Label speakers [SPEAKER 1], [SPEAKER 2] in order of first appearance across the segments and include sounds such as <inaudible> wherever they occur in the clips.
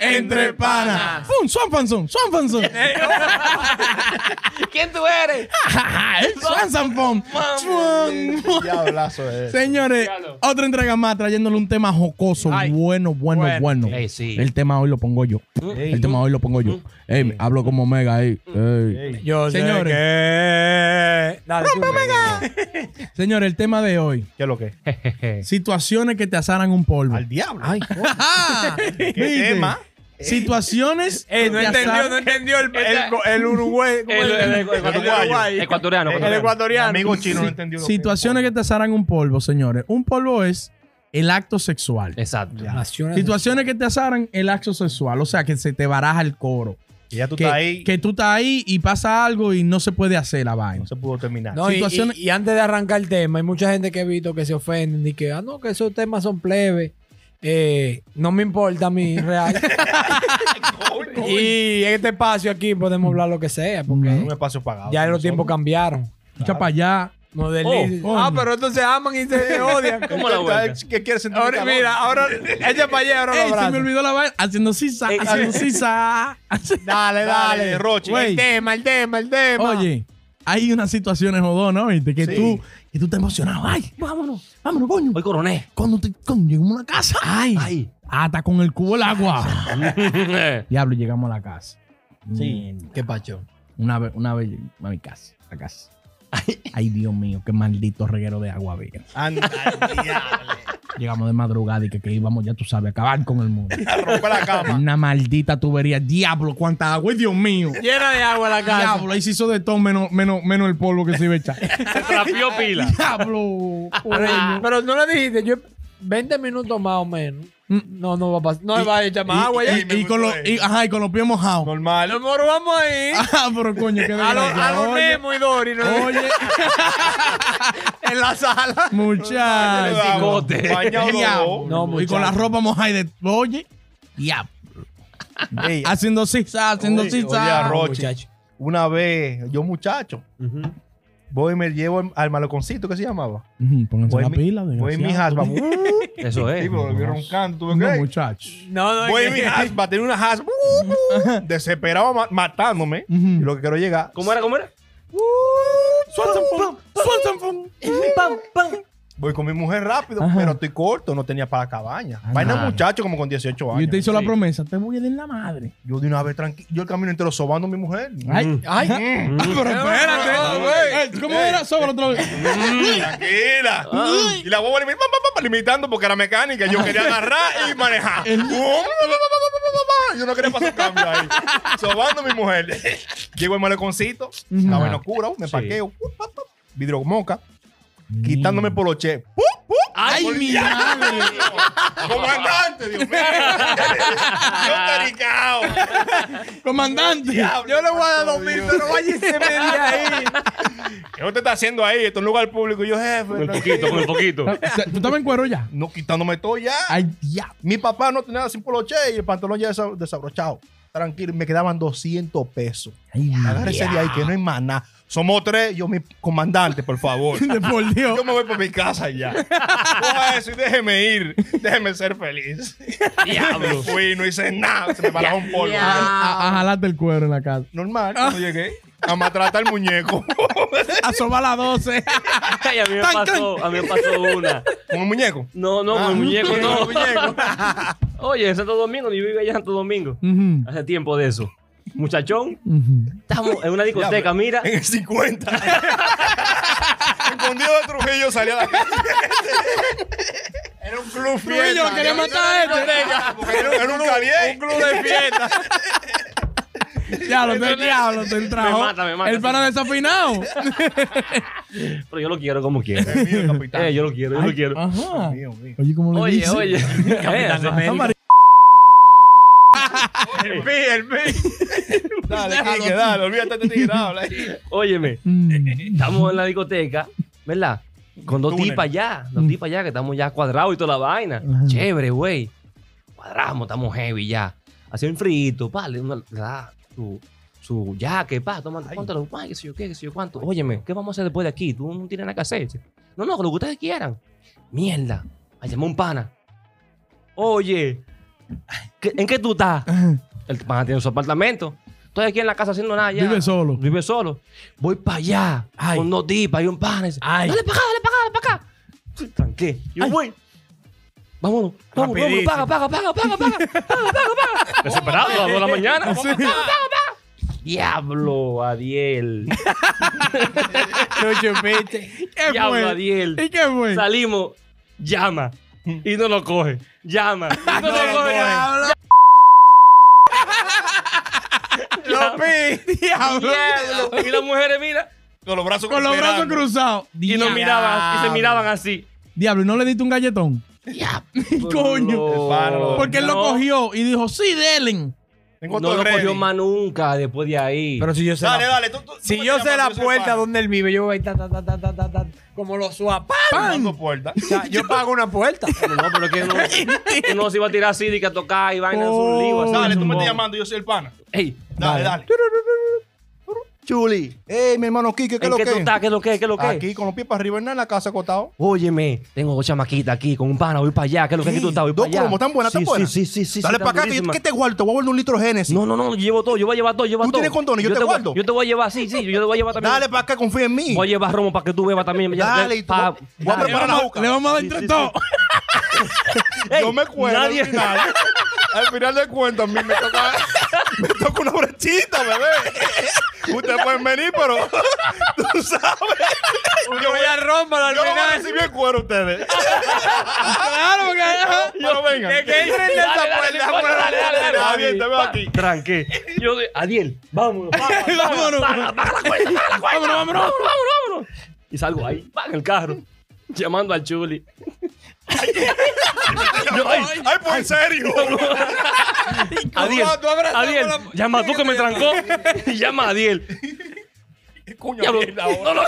[SPEAKER 1] Entre Panas.
[SPEAKER 2] ¡Pum! ¡Swan Fanson! ¡Swan Fanson!
[SPEAKER 3] <laughs> ¿Quién tú
[SPEAKER 2] <laughs>
[SPEAKER 3] eres? <laughs>
[SPEAKER 2] ¡Swan Sanfón! ¡Swan!
[SPEAKER 4] Diablazo es.
[SPEAKER 2] Señores, otra entrega más trayéndole un tema jocoso,
[SPEAKER 3] Ay.
[SPEAKER 2] bueno, bueno,
[SPEAKER 3] Bueno.
[SPEAKER 2] bueno.
[SPEAKER 5] Ey, sí.
[SPEAKER 2] El tema hoy lo pongo yo. El tema hoy lo pongo yo. Ey, hablo como Mega. Ey, ey.
[SPEAKER 4] Ey.
[SPEAKER 3] Yo
[SPEAKER 2] sé Señores.
[SPEAKER 3] que... Dale, tú.
[SPEAKER 2] <laughs> Señores, el tema de hoy.
[SPEAKER 4] ¿Qué es lo que? es?
[SPEAKER 2] Situaciones que te asaran un polvo.
[SPEAKER 4] Al diablo.
[SPEAKER 2] ¡Ajá!
[SPEAKER 4] ¿Qué
[SPEAKER 2] ¿Viste?
[SPEAKER 4] tema?
[SPEAKER 2] Situaciones
[SPEAKER 3] Ey, no
[SPEAKER 2] que te
[SPEAKER 3] entendió,
[SPEAKER 2] asaran-
[SPEAKER 3] no entendió el...
[SPEAKER 4] El, el Uruguay.
[SPEAKER 3] el- el- el- el- el- el-
[SPEAKER 5] Ecuatoriano,
[SPEAKER 4] Uruguayo. Eh,
[SPEAKER 3] El
[SPEAKER 5] ecuatoriano.
[SPEAKER 3] ecuatoriano.
[SPEAKER 4] Mi Amigo chino no entendió. lo que-
[SPEAKER 2] Situaciones que te asaran un polvo, señores. Un polvo es el acto sexual.
[SPEAKER 5] Exacto.
[SPEAKER 2] Situaciones que te asaran el acto sexual, o sea, que se te baraja el coro.
[SPEAKER 4] Y ya tú
[SPEAKER 2] Que,
[SPEAKER 4] estás ahí.
[SPEAKER 2] que tú estás ahí y pasa algo y no se puede hacer la
[SPEAKER 4] No
[SPEAKER 2] vaina.
[SPEAKER 4] se pudo terminar.
[SPEAKER 6] No, y-
[SPEAKER 2] Situaciones-
[SPEAKER 6] y, y antes de arrancar el tema, hay mucha gente que he visto que se ofenden y que, ah, no, que esos temas son plebes. Eh, no me importa
[SPEAKER 2] <laughs>
[SPEAKER 6] a mí, real. y en este espacio aquí podemos hablar lo que sea,
[SPEAKER 2] Mm,
[SPEAKER 6] porque
[SPEAKER 4] Un espacio pagado.
[SPEAKER 6] ya los
[SPEAKER 4] Nosotros.
[SPEAKER 6] tiempos cambiaron.
[SPEAKER 2] Echa para allá.
[SPEAKER 6] No deslices.
[SPEAKER 2] Oh, oh.
[SPEAKER 6] ah, pero estos se aman y
[SPEAKER 4] <laughs>
[SPEAKER 6] se odian.
[SPEAKER 5] ¿Cómo la vuelta?
[SPEAKER 4] ¿Qué quieres sentir?
[SPEAKER 3] Ahora,
[SPEAKER 4] calor?
[SPEAKER 3] mira,
[SPEAKER 4] <laughs>
[SPEAKER 3] ahora... Echa para allá, ahora
[SPEAKER 2] Ey,
[SPEAKER 3] lo
[SPEAKER 2] se me
[SPEAKER 3] abrazo.
[SPEAKER 2] olvidó la vaina. Haciendo sisa,
[SPEAKER 6] Eh,
[SPEAKER 3] Ey,
[SPEAKER 2] haciendo sisa.
[SPEAKER 3] Dale,
[SPEAKER 4] Dale,
[SPEAKER 3] dale.
[SPEAKER 4] Roche.
[SPEAKER 2] Güey.
[SPEAKER 3] El tema, el tema, el tema.
[SPEAKER 2] Oye, hay unas situaciones jodonas, ¿viste? Que
[SPEAKER 4] Sí.
[SPEAKER 2] tú, que tú te emocionas. Ay, vámonos, vámonos, coño.
[SPEAKER 5] Hoy coroné.
[SPEAKER 2] Cuando, te, cuando llegamos a una casa. Ay,
[SPEAKER 5] Ay.
[SPEAKER 2] hasta con el cubo el agua. Diablo, llegamos a la casa.
[SPEAKER 4] Sí.
[SPEAKER 2] Mm,
[SPEAKER 6] Qué pacho.
[SPEAKER 2] Una vez, una vez, a mi casa, a casa. Ay, Dios mío, qué maldito reguero de agua vega.
[SPEAKER 4] <laughs> Anda, al diablo.
[SPEAKER 2] Llegamos de madrugada y que, que íbamos, ya tú sabes, a acabar con el mundo.
[SPEAKER 4] Rompe la cama.
[SPEAKER 2] Una maldita tubería. Diablo, cuánta agua. Ay, Dios mío.
[SPEAKER 3] Llena de agua la casa.
[SPEAKER 2] Diablo, ahí se hizo de todo menos, menos, menos el polvo que se iba a
[SPEAKER 6] <laughs>
[SPEAKER 2] echar.
[SPEAKER 5] Se trapió pila.
[SPEAKER 2] Diablo.
[SPEAKER 3] Ah.
[SPEAKER 2] coño.
[SPEAKER 6] Pero no lo dijiste, yo 20 minutos más o menos.
[SPEAKER 2] Mm.
[SPEAKER 6] No, no va a pasar. No va a echar más agua
[SPEAKER 2] Y-
[SPEAKER 6] ya.
[SPEAKER 2] y, y con los, y- ajá, y con los pies mojados.
[SPEAKER 4] Normal.
[SPEAKER 3] Los moros vamos ahí.
[SPEAKER 2] Ajá, pero coño, qué
[SPEAKER 3] A los
[SPEAKER 2] desgracia.
[SPEAKER 3] a los
[SPEAKER 2] Oye,
[SPEAKER 3] Nemo y Dory. ¿no?
[SPEAKER 4] <laughs>
[SPEAKER 2] Oye,
[SPEAKER 3] En la sala.
[SPEAKER 2] muchachos.
[SPEAKER 5] bigote.
[SPEAKER 4] Bañado
[SPEAKER 2] Diablo.
[SPEAKER 6] No,
[SPEAKER 2] y con la
[SPEAKER 6] muchacho.
[SPEAKER 2] ropa mojada y de. Oye, diablo.
[SPEAKER 4] Ey,
[SPEAKER 2] Haciendo zigzag, haciendo
[SPEAKER 4] Oye, oye, a
[SPEAKER 2] zigzag.
[SPEAKER 4] Roche.
[SPEAKER 6] Muchacho.
[SPEAKER 4] Una vez, yo muchacho,
[SPEAKER 5] Ujú.
[SPEAKER 4] voy y me llevo al, al maloconcito que se llamaba.
[SPEAKER 2] Ujú, Pónganse
[SPEAKER 4] Voy
[SPEAKER 2] la
[SPEAKER 4] mi-
[SPEAKER 2] pila.
[SPEAKER 4] Voy y mi hasba.
[SPEAKER 2] desgraciado.
[SPEAKER 4] uh,
[SPEAKER 2] <laughs>
[SPEAKER 5] Eso es.
[SPEAKER 4] Sí, pero volvió roncando. ¿tú
[SPEAKER 2] No,
[SPEAKER 4] ves qué?
[SPEAKER 2] muchachos.
[SPEAKER 3] No, no. es
[SPEAKER 4] Voy
[SPEAKER 3] que-
[SPEAKER 4] y mi hasba, tenía una hasba. uh, uh,
[SPEAKER 2] <laughs>
[SPEAKER 4] desesperado ma- matándome.
[SPEAKER 2] Ujú.
[SPEAKER 4] Y lo que quiero llegar. uh,
[SPEAKER 5] ¿Cómo era? ¿Cómo era?
[SPEAKER 4] Voy con mi mujer rápido,
[SPEAKER 2] Ajá.
[SPEAKER 4] pero estoy corto, no tenía para la cabaña.
[SPEAKER 2] Ah,
[SPEAKER 4] Vaina
[SPEAKER 2] claro.
[SPEAKER 4] muchacho como con 18
[SPEAKER 2] Y
[SPEAKER 4] años.
[SPEAKER 2] usted hizo la
[SPEAKER 5] sí.
[SPEAKER 2] promesa, te voy a dar la madre.
[SPEAKER 4] Yo de una vez tranquilo, yo el camino entero sobando a mi mujer.
[SPEAKER 2] Ay, ay.
[SPEAKER 4] Mm, eh.
[SPEAKER 2] Ah,
[SPEAKER 4] <laughs>
[SPEAKER 2] pero espérate, güey. ¿Cómo era? Sobre otra vez.
[SPEAKER 4] Tranquila. Y la boba limit- pa, pa, pa, pa, limitando porque era mecánica. Yo quería agarrar y manejar. Bum, pa, pa, pa, pa, pa, pa, pa. Yo no quería pasar cambio ahí. Sobando a mi mujer. <laughs> Llego al maleconcito, la vaina oscura, me
[SPEAKER 5] Sí.
[SPEAKER 4] parqueo, uh, pa, pa, vidrio moca, quitándome por los che.
[SPEAKER 2] Ay, mi
[SPEAKER 4] <laughs>
[SPEAKER 2] madre.
[SPEAKER 4] Comandante, Dios mío. <laughs> Yo caricao.
[SPEAKER 2] Comandante.
[SPEAKER 4] Yo le voy a dar dos mil, pero vaya.
[SPEAKER 3] Oye,
[SPEAKER 5] <laughs>
[SPEAKER 3] se me di ahí.
[SPEAKER 4] ¿Qué usted está haciendo ahí? Esto es un lugar público. Y yo, jefe.
[SPEAKER 5] Con el
[SPEAKER 4] tranquilo.
[SPEAKER 5] poquito, con el poquito.
[SPEAKER 2] O sea, ¿Tú estabas en cuero ya?
[SPEAKER 4] No, quitándome todo ya.
[SPEAKER 2] Ay, diablo.
[SPEAKER 4] Mi papá no tenía nada sin poloche y el pantalón ya desa- desabrochado. Tranquilo, me quedaban 200 pesos.
[SPEAKER 2] Ay,
[SPEAKER 4] Agárrese de ahí que no hay más nada. Somos tres, yo mi comandante, por favor.
[SPEAKER 2] De por <laughs> Dios.
[SPEAKER 4] Yo me voy para mi casa ya. Coja eso y déjeme ir. Déjeme ser feliz.
[SPEAKER 5] <laughs>
[SPEAKER 4] Me
[SPEAKER 5] Diablo.
[SPEAKER 4] fui, no hice nada. Se me paraba un polvo.
[SPEAKER 2] A, a jalarte el cuero en la casa.
[SPEAKER 5] Ah.
[SPEAKER 4] Normal, cuando llegué. A maltratar el
[SPEAKER 5] <laughs>
[SPEAKER 4] muñeco.
[SPEAKER 2] A sobar las 12.
[SPEAKER 5] Ay, a mí me
[SPEAKER 2] Tan, tan.
[SPEAKER 5] pasó, a mí me pasó una.
[SPEAKER 4] ¿Con el muñeco? Ah,
[SPEAKER 5] No, no, con el muñeco, <laughs> no.
[SPEAKER 4] muñeco.
[SPEAKER 5] Oye, en Santo Domingo, yo vivía allá en Santo Domingo.
[SPEAKER 2] Ujú,
[SPEAKER 5] Hace tiempo de eso. Muchachón,
[SPEAKER 2] ujú.
[SPEAKER 5] estamos en una discoteca, mira.
[SPEAKER 4] En el <laughs> 50. Escondido de Trujillo salía de la Era un club fiesta.
[SPEAKER 2] Trujillo, lo quería matar a este.
[SPEAKER 4] Porque Era, un- era un caliente.
[SPEAKER 3] Club de fiesta.
[SPEAKER 4] <laughs>
[SPEAKER 2] Diablo, te diablo, te entrajo.
[SPEAKER 5] Me mata, me mata.
[SPEAKER 2] El pana desafinado.
[SPEAKER 5] Pero yo lo quiero como quiero.
[SPEAKER 4] Mío, capitán.
[SPEAKER 5] Eh, yo lo quiero, yo lo quiero.
[SPEAKER 2] Ajá.
[SPEAKER 4] Mío, mío.
[SPEAKER 2] Oye, ¿cómo lo
[SPEAKER 5] Oye,
[SPEAKER 2] dice?
[SPEAKER 5] <laughs> oye.
[SPEAKER 2] Esa mari-
[SPEAKER 3] El pi, el pi.
[SPEAKER 4] Dale, Quique, dale, olvídate de ti, dale.
[SPEAKER 5] Óyeme,
[SPEAKER 2] Mm.
[SPEAKER 5] estamos en la discoteca, ¿verdad? Con dos
[SPEAKER 4] Túnel.
[SPEAKER 5] tipas ya, dos tipas ya, que estamos ya cuadrados y toda la vaina.
[SPEAKER 2] Ajá.
[SPEAKER 5] Chévere, güey. Cuadramos, estamos heavy ya. Hacía un frito, pa, le una- le da su, su jaque, pa, toma, cuánto, pa, qué sé yo qué, qué sé yo cuánto. Óyeme, ¿qué vamos a hacer después de aquí? Tú no tienes nada que hacer. No, no, lo que ustedes quieran. Mierda, a llamar un pana. Oye, ¿qué- ¿en qué tú estás? El pana tiene su apartamento. Estoy aquí en la casa haciendo nada ya.
[SPEAKER 2] Vive solo.
[SPEAKER 5] Vive solo. Voy para allá
[SPEAKER 2] Ay.
[SPEAKER 5] con dos tipas y un pana. Dice,
[SPEAKER 2] Ay.
[SPEAKER 5] Dale para acá, dale para acá, dale para acá. Sí, Tranqué. Yo
[SPEAKER 2] Ay.
[SPEAKER 5] voy. Vámonos, vámonos, vámonos,
[SPEAKER 3] Rapidísimo.
[SPEAKER 5] paga, paga, paga, paga, paga, paga, paga, paga. <laughs> Desesperado, a las dos de la mañana. Vamos, paga, paga, paga. Diablo,
[SPEAKER 2] <laughs>
[SPEAKER 5] Adiel.
[SPEAKER 3] Lo chupiste.
[SPEAKER 5] Diablo, Adiel.
[SPEAKER 2] ¿Y qué fue?
[SPEAKER 5] Salimos, llama. Y no lo coge. Llama. Y
[SPEAKER 2] <laughs>
[SPEAKER 5] no lo coge.
[SPEAKER 3] Lo pi. Diablo.
[SPEAKER 5] Diablo. Y las mujeres, mira,
[SPEAKER 4] Con los brazos
[SPEAKER 2] Con los brazos
[SPEAKER 4] esperando.
[SPEAKER 2] cruzados.
[SPEAKER 5] y nos
[SPEAKER 2] Diablo.
[SPEAKER 5] miraban, y se miraban así.
[SPEAKER 2] Diablo, ¿y no le diste un galletón? Coño.
[SPEAKER 4] El pana lo-
[SPEAKER 2] Porque él lo
[SPEAKER 5] No.
[SPEAKER 2] cogió y dijo, sí, Delen.
[SPEAKER 4] Tengo
[SPEAKER 5] No
[SPEAKER 4] todo
[SPEAKER 5] lo
[SPEAKER 4] ready.
[SPEAKER 5] cogió más nunca después de ahí.
[SPEAKER 6] Pero si yo sé
[SPEAKER 4] Dale,
[SPEAKER 6] la,
[SPEAKER 4] dale. tú- tú- tú
[SPEAKER 6] si
[SPEAKER 4] me
[SPEAKER 6] yo
[SPEAKER 4] llamas,
[SPEAKER 6] sé la
[SPEAKER 4] soy
[SPEAKER 6] puerta
[SPEAKER 4] pana.
[SPEAKER 6] donde él vive, yo voy ta, ta, ta, ta, ta, ta, ta, como los suapas.
[SPEAKER 4] Tengo puerta. <laughs>
[SPEAKER 6] yo pago una puerta.
[SPEAKER 5] No, pero que no,
[SPEAKER 7] <laughs>
[SPEAKER 5] uno se iba a tirar así de que a tocar y vaina es un lío. así,
[SPEAKER 4] Dale,
[SPEAKER 5] es
[SPEAKER 4] tú
[SPEAKER 5] un
[SPEAKER 4] me
[SPEAKER 5] bobo.
[SPEAKER 4] estás llamando, yo soy el pana.
[SPEAKER 5] Ey,
[SPEAKER 4] Dale, dale.
[SPEAKER 5] Chuli,
[SPEAKER 7] Ey, mi hermano Quique, ¿qué es
[SPEAKER 5] ¿en
[SPEAKER 7] lo que
[SPEAKER 5] qué tú
[SPEAKER 7] es?
[SPEAKER 5] estás? ¿Qué es lo que es? ¿Qué es lo que es?
[SPEAKER 7] Aquí con los pies para arriba, nada en la casa acotado.
[SPEAKER 5] Óyeme, tengo dos chamaquitas aquí con un pana, voy para allá. ¿Qué es lo que es que tú estás? Voy
[SPEAKER 7] Dos
[SPEAKER 5] para allá.
[SPEAKER 7] cromos, ¿tan buenas,
[SPEAKER 5] Sí,
[SPEAKER 7] tan buenas?
[SPEAKER 5] Sí, sí, sí. sí
[SPEAKER 7] Dale
[SPEAKER 5] sí,
[SPEAKER 7] para
[SPEAKER 5] están
[SPEAKER 7] acá, que, yo-
[SPEAKER 5] durísimas.
[SPEAKER 7] ¿qué te guardo? Te voy a volver un litro de Génesis.
[SPEAKER 5] No, no, no, yo llevo todo, yo voy a llevar todo, lleva
[SPEAKER 7] Tú
[SPEAKER 5] todo.
[SPEAKER 7] tienes condones, yo te
[SPEAKER 5] voy-
[SPEAKER 7] guardo.
[SPEAKER 5] Yo te voy a llevar, sí, sí, yo te voy a llevar también.
[SPEAKER 7] Dale para acá, confía en mí.
[SPEAKER 5] Voy a llevar romo para que tú bebas también. ya,
[SPEAKER 7] Dale, y tú-
[SPEAKER 5] pa-
[SPEAKER 7] voy a
[SPEAKER 5] dale.
[SPEAKER 7] preparar la juca.
[SPEAKER 2] Le vamos a dar
[SPEAKER 5] Sí,
[SPEAKER 2] entre
[SPEAKER 5] sí,
[SPEAKER 2] <laughs> todos.
[SPEAKER 5] Ey,
[SPEAKER 4] Yo me cuento
[SPEAKER 5] nadie-
[SPEAKER 4] al final. al final de cuentas, a mí me toca, me toca una brechita, bebé. Ustedes pueden venir, pero tú sabes. Yo voy a
[SPEAKER 3] romper al
[SPEAKER 4] Yo no voy a
[SPEAKER 3] final.
[SPEAKER 4] recibir el cuero a ustedes.
[SPEAKER 3] Claro, porque. ajá.
[SPEAKER 4] Yo venga.
[SPEAKER 3] Es que entren de
[SPEAKER 5] Dale,
[SPEAKER 3] esa
[SPEAKER 5] dale,
[SPEAKER 3] puerta.
[SPEAKER 5] coño,
[SPEAKER 3] fuera.
[SPEAKER 5] dale, dale, dale.
[SPEAKER 4] Adiel, te veo
[SPEAKER 5] Pa,
[SPEAKER 4] aquí.
[SPEAKER 5] Tranqué. Yo soy Adiel, vámonos. Vámonos, vámonos. Paga, paga la cuenta, paga la cuenta. Vámonos, vámonos, vámonos, vámonos. Y salgo ahí, pa, en el carro, llamando al Chuli. <laughs> Yo, ay,
[SPEAKER 4] Ay, pues en serio. <laughs>
[SPEAKER 5] Adiel,
[SPEAKER 3] Tú abrazas
[SPEAKER 5] Adiel,
[SPEAKER 3] con la-
[SPEAKER 5] llama tú que me trancó. <laughs> Y llama a Adiel.
[SPEAKER 4] Coño,
[SPEAKER 5] Diablo,
[SPEAKER 4] mierda,
[SPEAKER 5] no lo-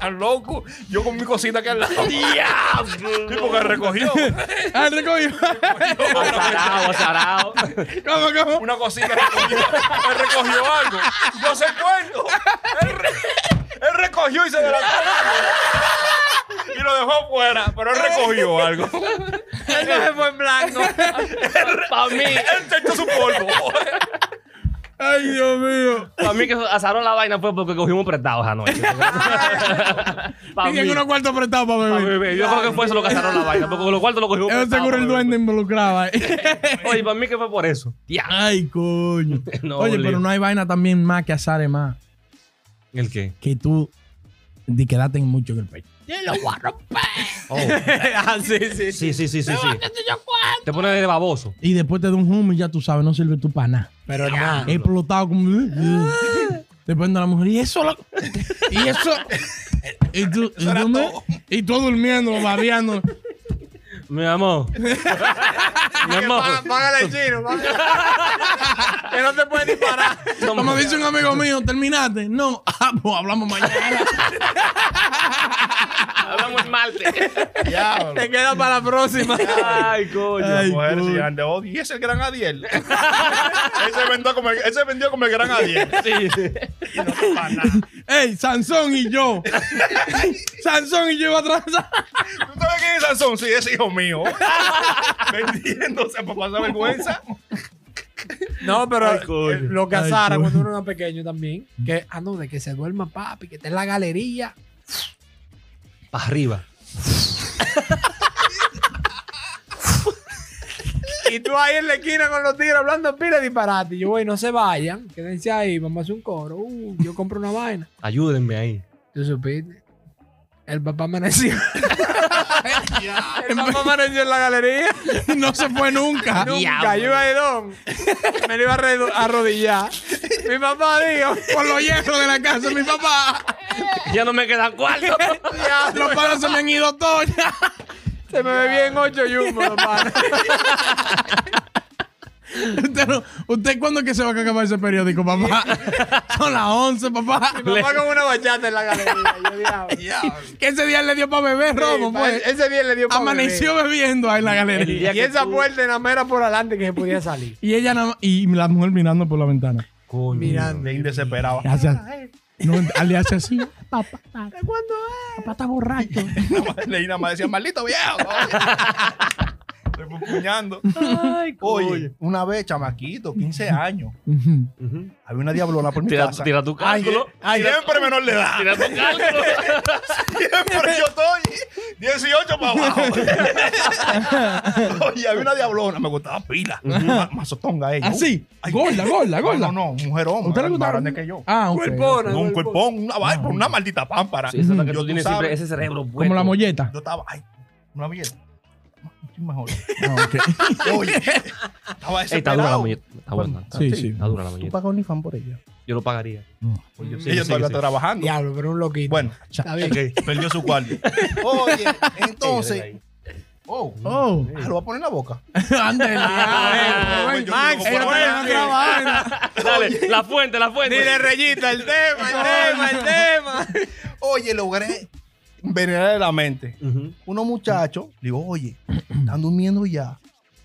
[SPEAKER 4] al loco. Yo con mi cosita que al lado.
[SPEAKER 5] Diablo.
[SPEAKER 4] Sí, porque recogió
[SPEAKER 2] Ah, recogió.
[SPEAKER 5] Azarao, azarao.
[SPEAKER 2] ¿Cómo, cómo?
[SPEAKER 4] una cosita. Recogió, él recogió algo. Yo sé cuándo. Él, re- él recogió y se adelantó. Y lo dejó afuera, pero <laughs> él recogió algo.
[SPEAKER 3] Él no se fue en blanco.
[SPEAKER 5] Para mí,
[SPEAKER 4] Él te echó su polvo.
[SPEAKER 2] Ay, Dios mío.
[SPEAKER 5] para mí que azaron la vaina fue porque cogimos prestados anoche. Pa'
[SPEAKER 2] Y tiene
[SPEAKER 5] mí.
[SPEAKER 2] unos cuartos prestados para
[SPEAKER 5] Ah,
[SPEAKER 2] beber.
[SPEAKER 5] bebé, Yo creo que fue eso lo que cerró la vaina, porque con lo cual te lo cogió.
[SPEAKER 2] Eso seguro el duende involucraba.
[SPEAKER 5] Oye, para mí que fue por eso. Ya.
[SPEAKER 2] Ay, coño.
[SPEAKER 5] No,
[SPEAKER 2] Oye, pero
[SPEAKER 5] Leo.
[SPEAKER 2] no hay vaina también más que azare más
[SPEAKER 5] ¿El qué?
[SPEAKER 2] que tú de quedarte mucho en el pecho.
[SPEAKER 3] <laughs> Ah, sí, sí.
[SPEAKER 5] Sí, sí, sí, sí, sí. Te pones de baboso.
[SPEAKER 2] Y después te da un humo y ya tú sabes, no sirve tu para nada.
[SPEAKER 6] Pero nada.
[SPEAKER 2] He explotado como. uh, Después de la mujer, y
[SPEAKER 3] <laughs>
[SPEAKER 2] eso. loco? y eso. Y tú, y tú me- y tú durmiendo,
[SPEAKER 3] <laughs>
[SPEAKER 2] babeando.
[SPEAKER 5] Mi amor. Mi amor.
[SPEAKER 3] Págale el chino. págale. Que no te puede ni parar.
[SPEAKER 2] Como dice un amigo mío, terminaste. No, <laughs> ah, pues hablamos mañana.
[SPEAKER 5] Hablamos el martes.
[SPEAKER 4] Diablo.
[SPEAKER 3] Te <laughs> queda para la próxima.
[SPEAKER 5] Ay, coño.
[SPEAKER 2] Ay,
[SPEAKER 4] Mujer,
[SPEAKER 2] coño.
[SPEAKER 4] si grande odio. Y es oh, el gran Adiel. <laughs> ese, vendió como el, ese vendió como el gran Adiel.
[SPEAKER 5] Sí.
[SPEAKER 2] <laughs> Ey, Sansón
[SPEAKER 3] <laughs>
[SPEAKER 2] y yo. Sansón y yo iba atrás. <laughs>
[SPEAKER 4] ¿Tú sabes quién es Sansón? Sí, es hijo mío. <laughs> Vendiéndose para pasar vergüenza.
[SPEAKER 6] No, pero
[SPEAKER 5] Ay, coño.
[SPEAKER 6] eh, lo que
[SPEAKER 2] Ay,
[SPEAKER 6] azara
[SPEAKER 2] coño.
[SPEAKER 6] cuando uno era pequeño también. Que, ah, no, de que se duerma papi, que está en la galería.
[SPEAKER 5] Para arriba.
[SPEAKER 3] Y tú ahí en la esquina con los tigres hablando pila de disparate.
[SPEAKER 6] Parate, yo voy, no se vayan, quédense ahí, vamos a hacer un coro. Uh, yo compro una vaina.
[SPEAKER 5] Ayúdenme ahí.
[SPEAKER 6] Tú supiste. El papá amaneció.
[SPEAKER 3] El papá amaneció en la galería.
[SPEAKER 2] Y no se fue
[SPEAKER 3] <laughs>
[SPEAKER 2] nunca.
[SPEAKER 3] Nunca, yo iba a ir don. Me lo iba a arredo- a arrodillar. Mi papá dijo,
[SPEAKER 2] Por los hierros de la casa, de mi papá.
[SPEAKER 5] Ya no me quedan cuartos.
[SPEAKER 2] Los padres se me han ido todos ya.
[SPEAKER 3] se me bebían ocho yumos, papá.
[SPEAKER 2] Usted, no- ¿Usted cuándo es que se va a acabar ese periódico, papá? <laughs> Son las 11, papá.
[SPEAKER 3] Papá con una bachata en la galería. yo diablo.
[SPEAKER 2] Que ese día le dio para beber romo,
[SPEAKER 3] Sí, pa-
[SPEAKER 2] pues.
[SPEAKER 3] Ese día le dio pa'
[SPEAKER 2] Amaneció bebiendo ahí en la
[SPEAKER 5] El
[SPEAKER 2] galería.
[SPEAKER 5] día
[SPEAKER 3] beber. Y
[SPEAKER 5] que
[SPEAKER 3] esa
[SPEAKER 5] tú-
[SPEAKER 3] puerta en la mera por adelante que se podía salir.
[SPEAKER 2] Y ella nada más- y la mujer mirando por la ventana.
[SPEAKER 5] Coño.
[SPEAKER 3] Mirando.
[SPEAKER 4] Bien desesperado.
[SPEAKER 2] Y hace- no, le hace así. Papá,
[SPEAKER 3] ¿Cuándo
[SPEAKER 2] papá está borracho.
[SPEAKER 4] Leí nada más decía, maldito viejo. <laughs> Estoy puñando.
[SPEAKER 5] Ay,
[SPEAKER 7] Oye, una vez, chamaquito, 15 años.
[SPEAKER 2] Ujú.
[SPEAKER 5] Ujú.
[SPEAKER 7] Había una diablona por mi
[SPEAKER 5] Tira,
[SPEAKER 7] casa.
[SPEAKER 5] tira tu cálculo.
[SPEAKER 4] eh, Siempre menor de edad. <laughs>
[SPEAKER 5] Tira tu cálculo.
[SPEAKER 4] Siempre yo estoy 18 para abajo. Oye, había una diablona, me gustaba pila. Ma- Mazotonga ella.
[SPEAKER 2] Así.
[SPEAKER 4] Ay,
[SPEAKER 2] Ah, Gorda, gorda, gorda.
[SPEAKER 4] No, no, no, mujer hombre.
[SPEAKER 2] ¿Usted le
[SPEAKER 4] Más
[SPEAKER 2] gustaba?
[SPEAKER 4] grande que yo.
[SPEAKER 2] Ah, ok.
[SPEAKER 3] Cuerpona.
[SPEAKER 4] No, un cuerpón, una vaina, una maldita pámpara.
[SPEAKER 5] Sí, esa es la que
[SPEAKER 4] Yo,
[SPEAKER 5] tú
[SPEAKER 4] tú
[SPEAKER 5] tienes
[SPEAKER 4] sabes,
[SPEAKER 5] siempre, ese cerebro
[SPEAKER 2] Como la
[SPEAKER 5] puesto.
[SPEAKER 2] molleta.
[SPEAKER 4] yo estaba, ay, una mierda. Estoy mejor.
[SPEAKER 2] Ah, ok.
[SPEAKER 4] <laughs> Oye, estaba
[SPEAKER 5] Ey, está dura la
[SPEAKER 4] desesperado.
[SPEAKER 5] molleta. Está buena.
[SPEAKER 2] Sí, sí.
[SPEAKER 5] Está dura la
[SPEAKER 7] Tú
[SPEAKER 5] molleta.
[SPEAKER 7] pagas un fan por ella.
[SPEAKER 5] Yo lo pagaría. Sí,
[SPEAKER 4] Ella
[SPEAKER 5] sí,
[SPEAKER 4] todavía
[SPEAKER 5] sí.
[SPEAKER 4] está trabajando.
[SPEAKER 6] Diablo, pero un loquito.
[SPEAKER 4] Bueno,
[SPEAKER 6] Está bien.
[SPEAKER 4] perdió su cuarto.
[SPEAKER 7] <laughs> Oye,
[SPEAKER 5] Ey,
[SPEAKER 7] entonces.
[SPEAKER 5] ven
[SPEAKER 7] Oh,
[SPEAKER 4] Mm,
[SPEAKER 2] Oh.
[SPEAKER 7] ah, lo voy a poner en la boca.
[SPEAKER 2] Ándale.
[SPEAKER 4] Pues yo
[SPEAKER 3] Max,
[SPEAKER 4] digo,
[SPEAKER 3] ellos
[SPEAKER 4] bueno,
[SPEAKER 3] tenían otra vaina.
[SPEAKER 5] ahí. Dale, la fuente, la fuente.
[SPEAKER 3] Dile, Reyita, el tema,
[SPEAKER 5] <laughs>
[SPEAKER 3] el tema, el tema.
[SPEAKER 7] Oye, logré envenenar la mente.
[SPEAKER 5] Ujú.
[SPEAKER 7] Unos muchachos, le digo, oye, están durmiendo ya.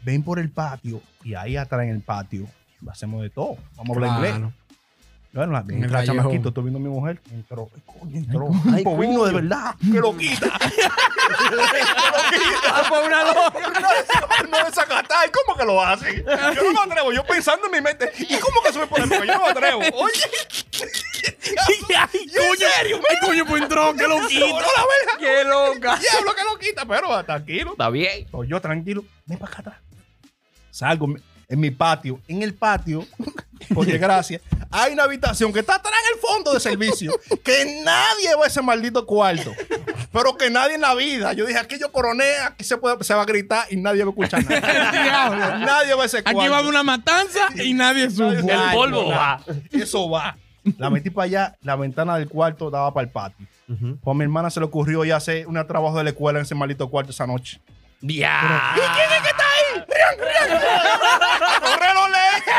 [SPEAKER 7] Ven por el patio. Y ahí atrás en el patio hacemos de todo. Vamos a hablar
[SPEAKER 6] Claro.
[SPEAKER 7] inglés. Bueno, la,
[SPEAKER 6] En el
[SPEAKER 7] entra el
[SPEAKER 6] callejón.
[SPEAKER 7] chamaquito, estoy viendo a mi mujer. Entró, ay, coño, entró.
[SPEAKER 5] Ay,
[SPEAKER 7] Tipo vino de
[SPEAKER 5] coño.
[SPEAKER 7] verdad. Que lo <laughs> quita.
[SPEAKER 3] Va por una loca.
[SPEAKER 7] <laughs>
[SPEAKER 4] no desacatar, ¿cómo que lo hacen? Yo no me atrevo, yo pensando en mi mente, ¿y cómo que sube por el Yo no me atrevo. Oye,
[SPEAKER 2] Ay, coño. Ay, coño, pues entró, que lo
[SPEAKER 4] no, no la verga.
[SPEAKER 3] Qué loca.
[SPEAKER 4] Diablo que lo quita, pero tranquilo.
[SPEAKER 5] Está bien.
[SPEAKER 7] Pero yo tranquilo, ven para acá atrás. Salgo en mi- en mi patio. En el patio, <laughs> por desgracia, hay una habitación que está atrás en el fondo de servicio. Que nadie va a ese maldito cuarto. Pero que nadie en la vida. Yo dije, aquí yo coroné, aquí se, puede, se va a gritar y nadie va a escuchar nada.
[SPEAKER 2] <laughs> Diablo.
[SPEAKER 7] nadie va a ese cuarto.
[SPEAKER 2] Aquí va a haber una matanza y nadie supo.
[SPEAKER 5] El polvo Ah. va.
[SPEAKER 7] Eso va. La metí para allá, la ventana del cuarto daba para el patio.
[SPEAKER 5] Ujú.
[SPEAKER 7] Pues a mi hermana se le ocurrió ya hacer un trabajo de la escuela en ese maldito cuarto esa noche.
[SPEAKER 5] Ya.
[SPEAKER 4] ¡Correlo leche!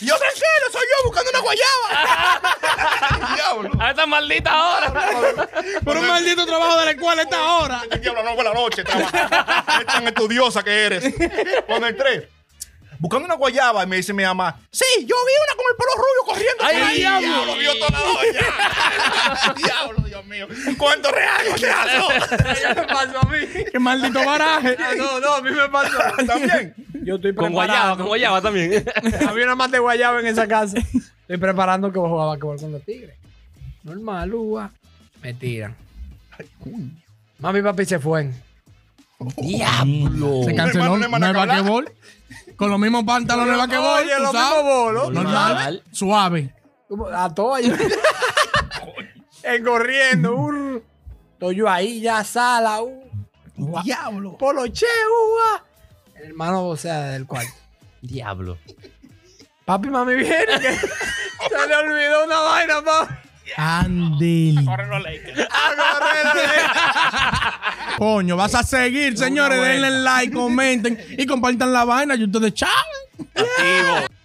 [SPEAKER 7] Y yo tranquilo, soy yo buscando una guayaba. <laughs>
[SPEAKER 4] ¡Diablo!
[SPEAKER 5] A esta maldita hora.
[SPEAKER 2] Por un maldito trabajo de la escuela a esta hora.
[SPEAKER 4] Este diablo no fue la noche, trabajando. Es tan estudiosa que eres. Cuando entré,
[SPEAKER 7] Buscando una guayaba y me dice mi mamá, sí, yo vi una con el pelo rubio corriendo.
[SPEAKER 5] Ay,
[SPEAKER 7] por ahí".
[SPEAKER 5] diablo.
[SPEAKER 4] diablo, vio toda la olla. ¡Diablo, Dios mío! ¿Cuánto real,
[SPEAKER 5] <laughs>
[SPEAKER 4] muchacho?
[SPEAKER 3] ¿Qué me pasó a mí?
[SPEAKER 2] Qué maldito baraje.
[SPEAKER 3] Ah, No, no, a mí me pasó.
[SPEAKER 7] También.
[SPEAKER 6] Yo estoy
[SPEAKER 5] Con guayaba, con
[SPEAKER 6] preparando.
[SPEAKER 5] guayaba también.
[SPEAKER 3] Había una más de guayaba en esa casa.
[SPEAKER 6] Estoy preparando que voy a jugar basquetbol con los tigres. Normal, uva. Me tiran. Mami y papi se fueron.
[SPEAKER 2] Se
[SPEAKER 4] hermano,
[SPEAKER 2] canceló.
[SPEAKER 4] no hay más
[SPEAKER 2] No
[SPEAKER 4] nada
[SPEAKER 2] hay
[SPEAKER 4] que hablar.
[SPEAKER 2] vaquebol. Con los mismos pantalones de vaquebol.
[SPEAKER 3] Oye,
[SPEAKER 2] tú
[SPEAKER 3] los
[SPEAKER 2] sabes.
[SPEAKER 3] mismos bolos.
[SPEAKER 2] Normal. Suave.
[SPEAKER 6] Como A todos ellos.
[SPEAKER 3] Eh, corriendo. uh,
[SPEAKER 6] Estoy yo ahí ya, sala, uh,
[SPEAKER 7] Diablo.
[SPEAKER 6] poloche, uva. El hermano, o sea, del cuarto.
[SPEAKER 5] Diablo.
[SPEAKER 6] Papi, mami, viene. que <laughs> Se le olvidó una vaina, papi.
[SPEAKER 2] Andel. Coño, vas a seguir, señores. Denle like, comenten y compartan la vaina. Y ustedes, chao.
[SPEAKER 5] Activo.